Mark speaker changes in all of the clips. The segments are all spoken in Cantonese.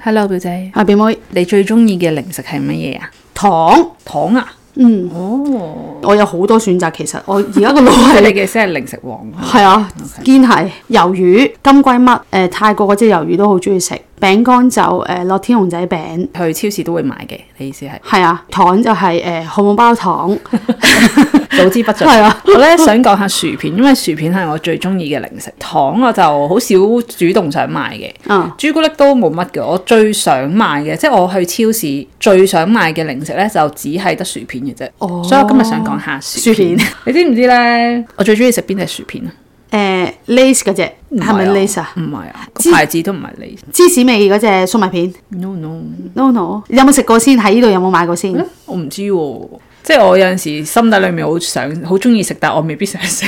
Speaker 1: Hello，表姐，
Speaker 2: 啊表妹
Speaker 1: 你最中意嘅零食係乜嘢啊？
Speaker 2: 糖，
Speaker 1: 糖 啊？
Speaker 2: 嗯，
Speaker 1: 哦，
Speaker 2: 我有好多選擇。其實我而家個腦
Speaker 1: 即係啊你
Speaker 2: 係
Speaker 1: 嘅先係零食王啊。
Speaker 2: 係啊，堅係魷魚、金龜乜，誒、呃泰國嗰只魷魚都好中意食，餅乾就誒、樂天熊仔餅，
Speaker 1: 去超市都會買嘅，你意思係
Speaker 2: 係啊，糖就係、誒、漢堡包糖，
Speaker 1: 早知不準。
Speaker 2: 係啊，
Speaker 1: 我咧想講下薯片，因為薯片係我最中意嘅零食。糖我就好少主動想買嘅。
Speaker 2: 嗯。
Speaker 1: 朱古力都冇乜嘅，我最想買嘅，即係我去超市最想買嘅零食咧，就只係得薯片嘅啫。
Speaker 2: 哦
Speaker 1: 所以我今日想講下薯片。
Speaker 2: 薯片
Speaker 1: 你知唔知咧？我最中意食邊隻薯片啊？
Speaker 2: 誒 lace 呃嗰只係咪 lace 啊？
Speaker 1: 唔係啊，
Speaker 2: 芝
Speaker 1: 個牌子都唔係 lace。
Speaker 2: 芝士味嗰只粟米片
Speaker 1: No no，
Speaker 2: ，no no，有冇食過先？喺呢度有冇買過先？
Speaker 1: 我唔知喎、即係我有陣時心底裏面好想好中意食，但我未必想 食。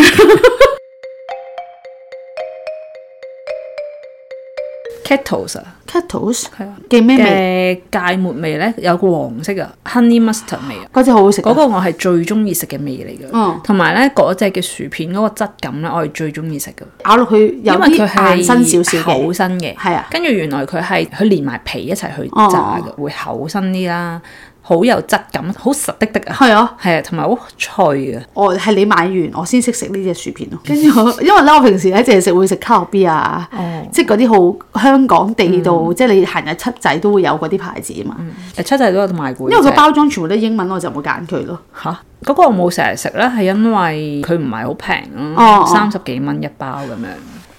Speaker 1: Kettles 啊，
Speaker 2: Kettles
Speaker 1: 係啊
Speaker 2: 嘅咩味？
Speaker 1: 嘅芥末味咧有個黃色啊，honey mustard 味啊。
Speaker 2: 嗰只好好食㗎。
Speaker 1: 嗰個我係最中意食嘅味嚟
Speaker 2: 嗯
Speaker 1: 嘅，同埋咧嗰只嘅薯片嗰個質感咧，我係最中意食嘅，
Speaker 2: 咬落去有
Speaker 1: 因為佢
Speaker 2: 啲
Speaker 1: 係
Speaker 2: 硬身少少
Speaker 1: 厚
Speaker 2: 嘅，
Speaker 1: 身嘅，
Speaker 2: 係哦啊
Speaker 1: 跟住原來佢係佢連埋皮一齊去炸嘅，會厚身啲啦，好有質感，好實的的啊，
Speaker 2: 係啊！
Speaker 1: 係啊，同埋好脆啊，
Speaker 2: 我哦係你買完我先識食呢只薯 片咯。跟住我，因為咧我平時咧淨係食會食卡樂 B 啊，
Speaker 1: 哦
Speaker 2: 即係嗰啲好香港地道，
Speaker 1: 嗯
Speaker 2: 即係你行入七仔都會有嗰啲牌子啊嘛。
Speaker 1: 誒七仔都有賣過嘅，
Speaker 2: 因為個包裝全部都係英文，我就冇揀佢咯。
Speaker 1: 嚇嗰個我冇成日食啦，係因為佢唔係好平
Speaker 2: 哦
Speaker 1: 咯，
Speaker 2: 哦
Speaker 1: 三十幾蚊一包咁樣。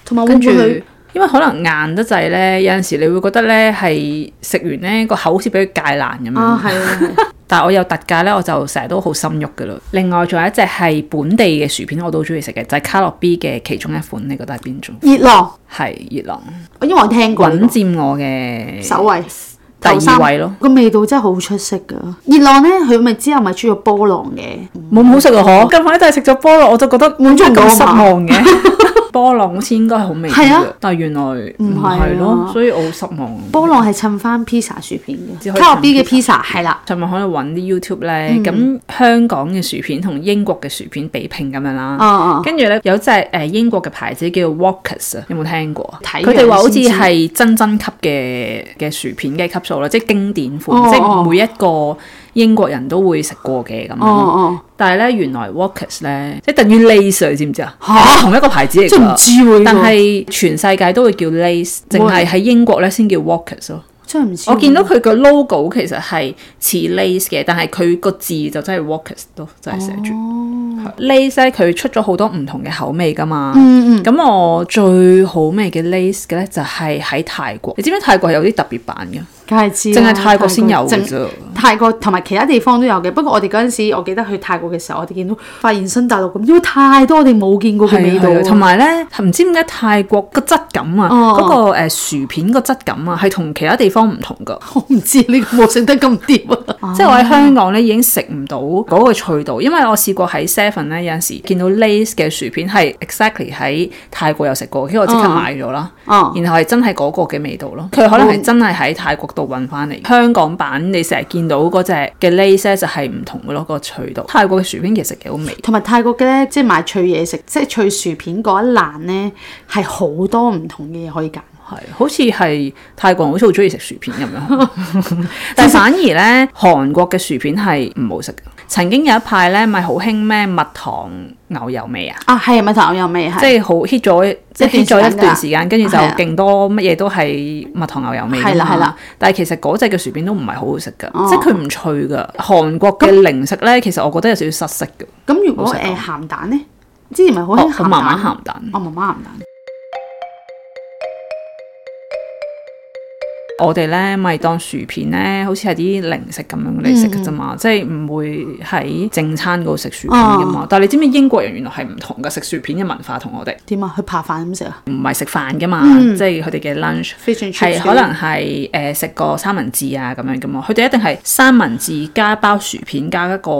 Speaker 2: 同埋會
Speaker 1: 跟
Speaker 2: 唔
Speaker 1: 住
Speaker 2: 會佢，
Speaker 1: 因為可能硬得滯咧，有陣時你會覺得咧係食完咧個口好似俾佢戒爛咁樣。
Speaker 2: 啊？係啊，係啊
Speaker 1: 但係我有特價咧，我就成日都好心喐噶啦。另外仲有一隻係本地嘅薯片，我都好中意食嘅，就係、卡樂 B 嘅其中一款，你覺得係邊種？
Speaker 2: 熱浪，
Speaker 1: 係熱浪
Speaker 2: 因為我聽過呢個
Speaker 1: 穩佔我嘅
Speaker 2: 首位。
Speaker 1: 哦第
Speaker 2: 頭三
Speaker 1: 二位咯，
Speaker 2: 個味道真係好出色噶。熱浪咧，佢咪之後咪出咗波浪嘅，
Speaker 1: 冇唔好食啊！可近排就係食咗菠蘿，我就覺得
Speaker 2: 滿足唔到啊嘛
Speaker 1: 咁失望 嘅。波浪好似應該係好味
Speaker 2: 係
Speaker 1: 道
Speaker 2: 啊
Speaker 1: 嘅，但係原來唔
Speaker 2: 係啊
Speaker 1: 係咯，所以我好失望。
Speaker 2: 波浪係襯翻 pizza 薯片
Speaker 1: 只
Speaker 2: 嘅，
Speaker 1: 可以
Speaker 2: 卡樂
Speaker 1: 襯
Speaker 2: B 嘅 pizza 係啦。
Speaker 1: 上網可以揾啲 YouTube 咧，
Speaker 2: 嗯
Speaker 1: 咁、香港嘅薯片同英國嘅薯片比拼咁樣啦。
Speaker 2: 啊啊，
Speaker 1: 跟住咧有隻誒、呃英國嘅牌子叫 Walkers 啊，有冇聽過啊？
Speaker 2: 睇
Speaker 1: 佢哋話好似
Speaker 2: 樣先知
Speaker 1: 係真真級嘅嘅薯片嘅級數啦，即係經典款，
Speaker 2: 哦
Speaker 1: 即
Speaker 2: 哦
Speaker 1: 係每一個英國人都會食過嘅咁樣。
Speaker 2: 哦哦，
Speaker 1: 但係咧原來 Walkers 咧即係等於 Lays 你知唔知啊？
Speaker 2: 嚇
Speaker 1: 同一個牌子嚟
Speaker 2: 真係唔
Speaker 1: 㗎。
Speaker 2: 知喎呢個，
Speaker 1: 但係全世界都會叫 Lays，淨係喺英國咧先叫 Walkers 咯。
Speaker 2: 真係唔知喎。
Speaker 1: 我見到佢個 logo 其實係似 lace 嘅，但係佢個字就真係 walkers 咯，就係寫住
Speaker 2: 哦，
Speaker 1: 係 lace 咧。佢出咗好多唔同嘅口味噶嘛。
Speaker 2: 嗯嗯，
Speaker 1: 咁我最好味嘅 lace 嘅咧就係喺泰國，你知唔知泰國係有啲特別版嘅，
Speaker 2: 梗係知啦。
Speaker 1: 淨係泰國先有嘅
Speaker 2: 淨
Speaker 1: 啫。
Speaker 2: 泰國同埋其他地方都有嘅，不過我哋嗰陣時，我記得去泰國嘅時候，我哋見到發現新大陸咁，因為太多我哋冇見過嘅味
Speaker 1: 係
Speaker 2: 道
Speaker 1: 啊
Speaker 2: 啊，
Speaker 1: 同埋咧，唔知點解泰國個質感啊，
Speaker 2: 哦
Speaker 1: 嗰個誒薯片個質感啊，係同其他地方唔同噶。
Speaker 2: 我唔知呢個冇食得咁 掂啊。
Speaker 1: 即係我喺香港咧已經食唔到嗰個脆度，因為我試過喺 Seven 咧有陣時見到 Lays 嘅薯片係 exactly 喺泰國有食過，跟住我即刻買咗啦。
Speaker 2: 哦，
Speaker 1: 然後係真係嗰個嘅味道咯，佢可能係真係喺泰國度揾翻嚟。香港版你成日見到嗰只嘅 Lays 咧就係唔同嘅咯，個脆度。泰國嘅薯片其實幾好味，
Speaker 2: 同埋泰國嘅咧，即係賣脆嘢食，即係脆薯片嗰一欄咧，係好多唔同嘅嘢可以揀。
Speaker 1: 係好似係泰國人好似好中意食薯片咁 樣，但係反而咧 韓國嘅薯片係唔好食嘅。曾經有一派咧咪好興咩蜜糖牛油味啊？
Speaker 2: 啊，係咪糖有味
Speaker 1: 即
Speaker 2: 係？
Speaker 1: 係好 hit 咗，即係
Speaker 2: 一
Speaker 1: hit 咗
Speaker 2: 段時間
Speaker 1: 一段時間，跟住就
Speaker 2: 係啊
Speaker 1: 勁多乜嘢都係蜜糖牛油味㗎嘛
Speaker 2: 係啦係啦，
Speaker 1: 但係其實嗰只嘅薯片都唔係好好食㗎，
Speaker 2: 哦
Speaker 1: 即係佢唔脆㗎。韓國嘅零食咧，其實我覺得有少少失色㗎。
Speaker 2: 咁如果
Speaker 1: 好食
Speaker 2: 誒
Speaker 1: 啊
Speaker 2: 鹹蛋咧，之前咪好
Speaker 1: 我
Speaker 2: 興
Speaker 1: 我
Speaker 2: 鹹
Speaker 1: 麻麻
Speaker 2: 蛋，
Speaker 1: 鹹蛋，
Speaker 2: 我媽媽鹹蛋。
Speaker 1: 我哋咧咪當薯片咧，好似係啲零食咁樣嚟食㗎啫
Speaker 2: 嗯
Speaker 1: 嘛，即係唔會喺正餐嗰度食薯片㗎嘛。
Speaker 2: 哦
Speaker 1: 但係你知唔知英國人原來係唔同㗎，食薯片嘅文化同我哋
Speaker 2: 點啊？去扒飯咁食啊
Speaker 1: 唔係食飯㗎嘛，
Speaker 2: 嗯
Speaker 1: 即係佢哋嘅 lunch。
Speaker 2: ？Fish and chips
Speaker 1: 係可能係誒食個三文治啊咁樣噶嘛，佢哋一定係三文治加包薯片加一個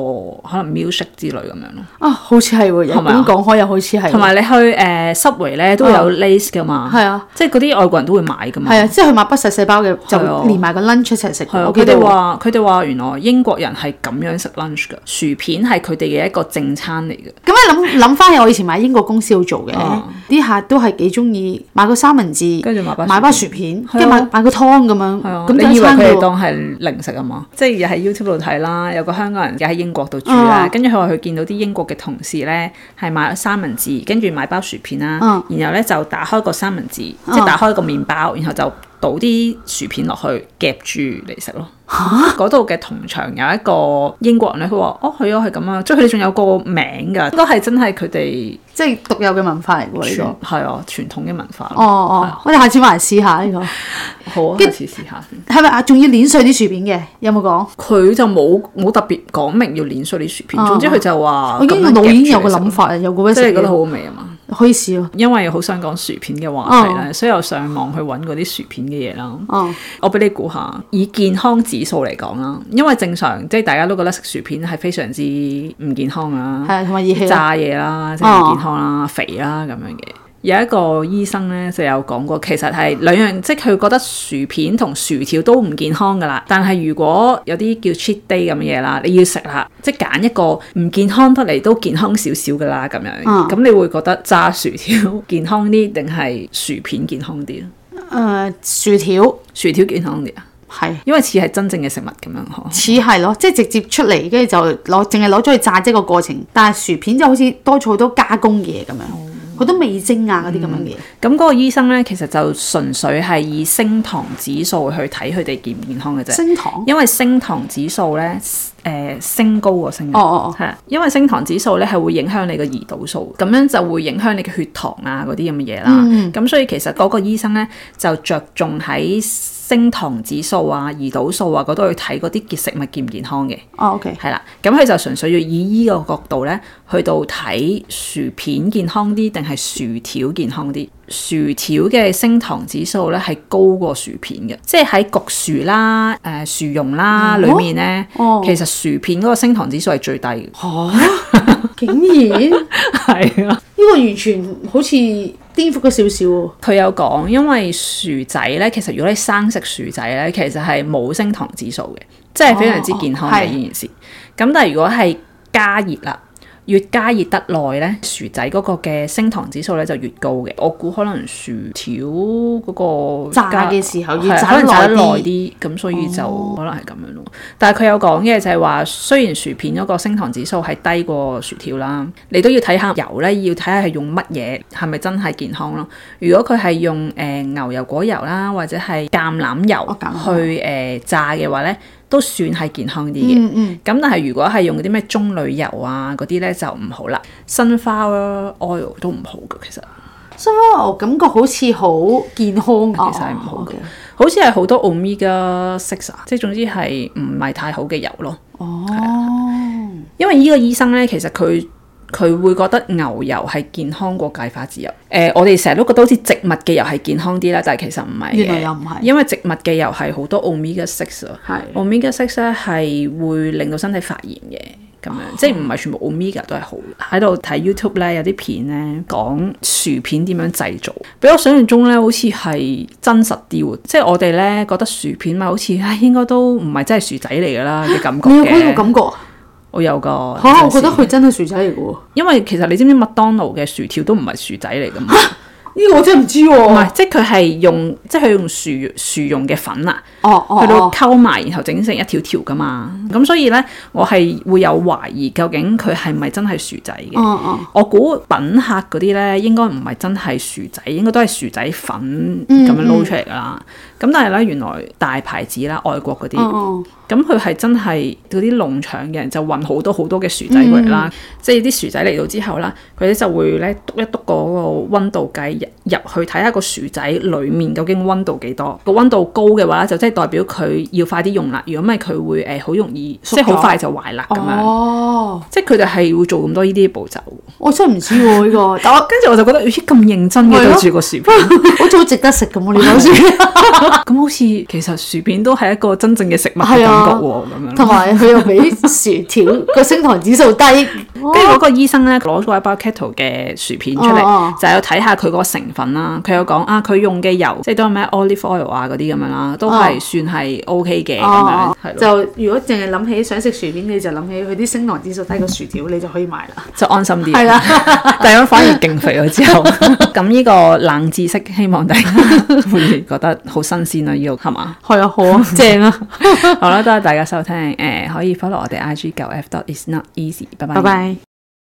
Speaker 1: 可能 milkshake 之類咁樣咯。
Speaker 2: 啊，好似係喎，日
Speaker 1: 係咪啊
Speaker 2: 本講開又好似係喎。
Speaker 1: 同埋你去誒 Subway 咧都有 lace 噶嘛，
Speaker 2: 係啊，
Speaker 1: 即係嗰啲外國人都會買噶嘛。
Speaker 2: 啊係啊，即係佢買不實細包嘅
Speaker 1: 係啊
Speaker 2: 嘅，就連埋個 lunch 一齊食。
Speaker 1: 係啊
Speaker 2: 我
Speaker 1: 佢
Speaker 2: 記得
Speaker 1: 哋
Speaker 2: 喎
Speaker 1: 話佢哋話原來英國人係咁樣食 lunch 噶，薯片係佢哋嘅一個正餐嚟嘅。
Speaker 2: 咁啊諗諗翻起我以前買英國公司要做嘅
Speaker 1: 啊，
Speaker 2: 啲客都係幾中意買個三文治，
Speaker 1: 跟住買包
Speaker 2: 買包薯片，
Speaker 1: 係啊
Speaker 2: 跟住買買個湯咁樣，
Speaker 1: 係啊，
Speaker 2: 咁就
Speaker 1: 你
Speaker 2: 一
Speaker 1: 以為
Speaker 2: 餐
Speaker 1: 佢哋
Speaker 2: 㗎喎。
Speaker 1: 當係零食啊嘛？即係又喺 YouTube 度睇啦，有個香港人而家喺英國度住
Speaker 2: 啊
Speaker 1: 啦，跟住佢話佢見到啲英國嘅同事咧係買三文治，跟住買包薯片啦，
Speaker 2: 啊
Speaker 1: 然後咧就打開個三文治，即
Speaker 2: 啊
Speaker 1: 係打開個麵包，然後就倒啲薯片落去夾住嚟食咯。嗰度嘅同場有一個英國人咧，佢話：哦，係啊，係咁啊，即係佢哋仲有個名㗎，應該係真係佢哋
Speaker 2: 即係獨有嘅文化嚟喎呢
Speaker 1: 傳
Speaker 2: 個。
Speaker 1: 係啊傳統嘅文化。
Speaker 2: 哦
Speaker 1: 啊
Speaker 2: 哦，我哋下次翻嚟試下呢個，
Speaker 1: 好啊，下次試下先。
Speaker 2: 係咪啊？仲要碾碎啲薯片嘅，有冇講？
Speaker 1: 佢就冇冇特別講明要碾碎啲薯片，
Speaker 2: 啊
Speaker 1: 總之佢就話
Speaker 2: 我已經
Speaker 1: 哦咁樣夾
Speaker 2: 腦已經有個
Speaker 1: 住嚟食
Speaker 2: 諗法，有個
Speaker 1: 即係你
Speaker 2: recipe
Speaker 1: 覺得好好味啊嘛？
Speaker 2: 可以試咯。
Speaker 1: 因為好想講薯片嘅話題咧，所以我上網去揾嗰啲薯片嘅嘢啦。
Speaker 2: 哦，
Speaker 1: 我俾你估下，以健康指數嚟講啦，因為正常即係大家都覺得食薯片係非常之唔健康啊。
Speaker 2: 係啊，同埋熱氣啦。
Speaker 1: 炸嘢啦，即係唔健康啦、肥啦咁樣嘅。有一個醫生咧就有講過，其實係兩樣，即係佢覺得薯片同薯條都唔健康噶啦。但係如果有啲叫 cheat day 咁嘅嘢啦，你要食啦，即係揀一個唔健康得嚟都健康少少噶啦咁樣。
Speaker 2: 嗯
Speaker 1: 咁、你會覺得炸薯條健康啲定係薯片健康啲啊？
Speaker 2: 誒，呃薯條
Speaker 1: 薯條健康啲啊，
Speaker 2: 係。
Speaker 1: 因為似係真正嘅食物咁樣呵。
Speaker 2: 似係咯，即係直接出嚟，跟住就攞，淨係攞咗去炸啫個過程。但係薯片就好似多咗好多加工嘢咁樣，好多味精啊嗰啲咁樣嘅嘢。
Speaker 1: 咁嗰個醫生咧，其實就純粹係以升糖指數去睇佢哋健唔健康嘅啫。
Speaker 2: 升糖
Speaker 1: 因為升糖指數咧，誒、升高個升，
Speaker 2: 哦哦
Speaker 1: 係啊，因為升糖指數咧係會影響你個胰島素，咁樣就會影響你嘅血糖啊嗰啲咁嘅嘢啦。
Speaker 2: 嗯
Speaker 1: 咁、所以其實嗰個醫生咧就着重喺升糖指數啊、胰島素啊嗰度去睇嗰啲結食物健唔健康嘅，
Speaker 2: 哦，OK，
Speaker 1: 係啦。咁佢就純粹要以呢個角度咧，去到睇薯片健康啲定係薯條健康啲。薯條嘅升糖指數咧係高過薯片嘅，即係喺焗薯啦、誒、薯蓉啦裏面咧，
Speaker 2: 嗯哦
Speaker 1: 其實薯片嗰個升糖指數係最低嘅。
Speaker 2: 竟然呢
Speaker 1: 係啊，
Speaker 2: 個完全好似顛覆咗少少喎。
Speaker 1: 佢有講，因為薯仔咧，其實如果你生食薯仔咧，其實係冇升糖指數嘅，即係非常之健康
Speaker 2: 哦
Speaker 1: 嘅
Speaker 2: 係
Speaker 1: 呢件事。咁但係如果係加熱啦。越加熱得耐咧，薯仔嗰個嘅升糖指數咧就越高嘅。我估可能薯條嗰個
Speaker 2: 炸
Speaker 1: 加
Speaker 2: 嘅時候
Speaker 1: 係
Speaker 2: 要炸
Speaker 1: 可
Speaker 2: 得
Speaker 1: 能炸得
Speaker 2: 耐哦
Speaker 1: 耐
Speaker 2: 啲。
Speaker 1: 啲，咁所以就可能係咁樣咯。但係佢有講嘅就係話，雖然薯片嗰個升糖指數係低過薯條啦，你都要睇下油咧，要睇下係用乜嘢，係咪真係健康咯？如果佢係用誒、呃牛油果油啦，或者係橄欖油
Speaker 2: 哦橄欖油
Speaker 1: 去誒、呃炸嘅話咧，都算係健康啲嘅。
Speaker 2: 嗯嗯，
Speaker 1: 咁但係如果係用嗰啲咩棕櫚油啊嗰啲咧就唔好啦，sunflower oil 都唔好嘅，其實
Speaker 2: 所以我哦感覺好似好健康，啊哦
Speaker 1: 其實係唔好嘅
Speaker 2: 嘅。
Speaker 1: 好似係好多 omega six 啊，即係總之係唔係太好嘅油咯。啊
Speaker 2: 哦，
Speaker 1: 因為呢個醫生咧，其實佢佢會覺得牛油係健康過芥花籽油。誒、我哋成日都覺得好似植物嘅油係健康啲啦，但係其實唔係嘅
Speaker 2: 原來又唔係
Speaker 1: 因為植物嘅油係好多 omega six 啊
Speaker 2: 係
Speaker 1: ，omega six 咧係會令到身體發炎嘅。咁
Speaker 2: 哦
Speaker 1: 樣即係唔係全部 omega 都係好喺度睇 YouTube 咧，有啲片咧講薯片點樣製造，比我想象中咧好似係真實啲喎。即係我哋咧覺得薯片咪好似唉應該都唔係真係薯仔嚟㗎 啦嘅感覺
Speaker 2: 你有
Speaker 1: 嘅。
Speaker 2: 嗰個感覺啊？
Speaker 1: 我有個
Speaker 2: 嚇，我
Speaker 1: 陣時
Speaker 2: 覺得佢真係薯仔嚟嘅喎。
Speaker 1: 因為其實你知唔知麥當勞嘅薯條都唔係薯仔嚟㗎嘛？
Speaker 2: 呢個我真係唔知
Speaker 1: 唔
Speaker 2: 喎。
Speaker 1: 係，即係佢係用即係佢用薯薯蓉嘅粉啊，
Speaker 2: 哦哦
Speaker 1: 去到
Speaker 2: 哦，
Speaker 1: 溝埋，然後整成一條條㗎嘛。咁所以咧，我係會有懷疑究竟佢係咪真係薯仔嘅？
Speaker 2: 嗯嗯。
Speaker 1: 我估品客嗰啲咧，應該唔係真係薯仔，應該都係薯仔粉
Speaker 2: 嗯
Speaker 1: 咁樣撈出嚟㗎啦。咁、但係咧，原來大牌子啦，外國嗰啲。
Speaker 2: 哦
Speaker 1: 咁佢係真係嗰啲農場嘅人就運好多好多嘅薯仔過嚟啦，即係啲薯仔嚟到之後啦，佢哋就會咧篤一篤嗰個温度計入入去睇下個薯仔裡面究竟温度幾多，個温度高嘅話就即係代表佢要快啲用啦，如果唔係佢會誒好容易
Speaker 2: 熟
Speaker 1: 即係好
Speaker 2: 咗
Speaker 1: 快就壞啦咁樣，
Speaker 2: 哦，
Speaker 1: 即係佢哋係會做咁多呢啲步驟。
Speaker 2: 我真係唔知喎呢個，但我
Speaker 1: 跟住我就覺得咦咁認真嘅
Speaker 2: 係咯
Speaker 1: 對住個薯片，
Speaker 2: 好似好值得食咁喎呢個薯，
Speaker 1: 咁好似其實薯片都係一個真正嘅食物嘅感
Speaker 2: 係啊
Speaker 1: 覺喎咁樣。
Speaker 2: 同埋佢又比薯條個升糖指數低，
Speaker 1: 跟住嗰個醫生咧攞咗一包 Kettle 嘅薯片出嚟，
Speaker 2: 哦哦哦
Speaker 1: 就有睇下佢嗰個成分啦。佢有講啊，佢用嘅油即係都係咩 olive oil 啊嗰啲咁樣啦，都係算係 OK 嘅咁樣，係咯，
Speaker 2: 嗯哦就如果淨係諗起想食薯片，你就諗起佢啲升糖指數低過薯條，你就可以買啦。
Speaker 1: 就安心啲。
Speaker 2: 係啊啦，
Speaker 1: 但係我反而勁肥咗 之後，咁呢個冷知識希望大家會覺得好新鮮啦，呢個係 嘛？
Speaker 2: 係啊，好啊，正啊，
Speaker 1: 好啦，多謝大家收聽，誒、可以 follow 我哋 IG 九 F dot is not easy，拜拜。
Speaker 2: 拜拜。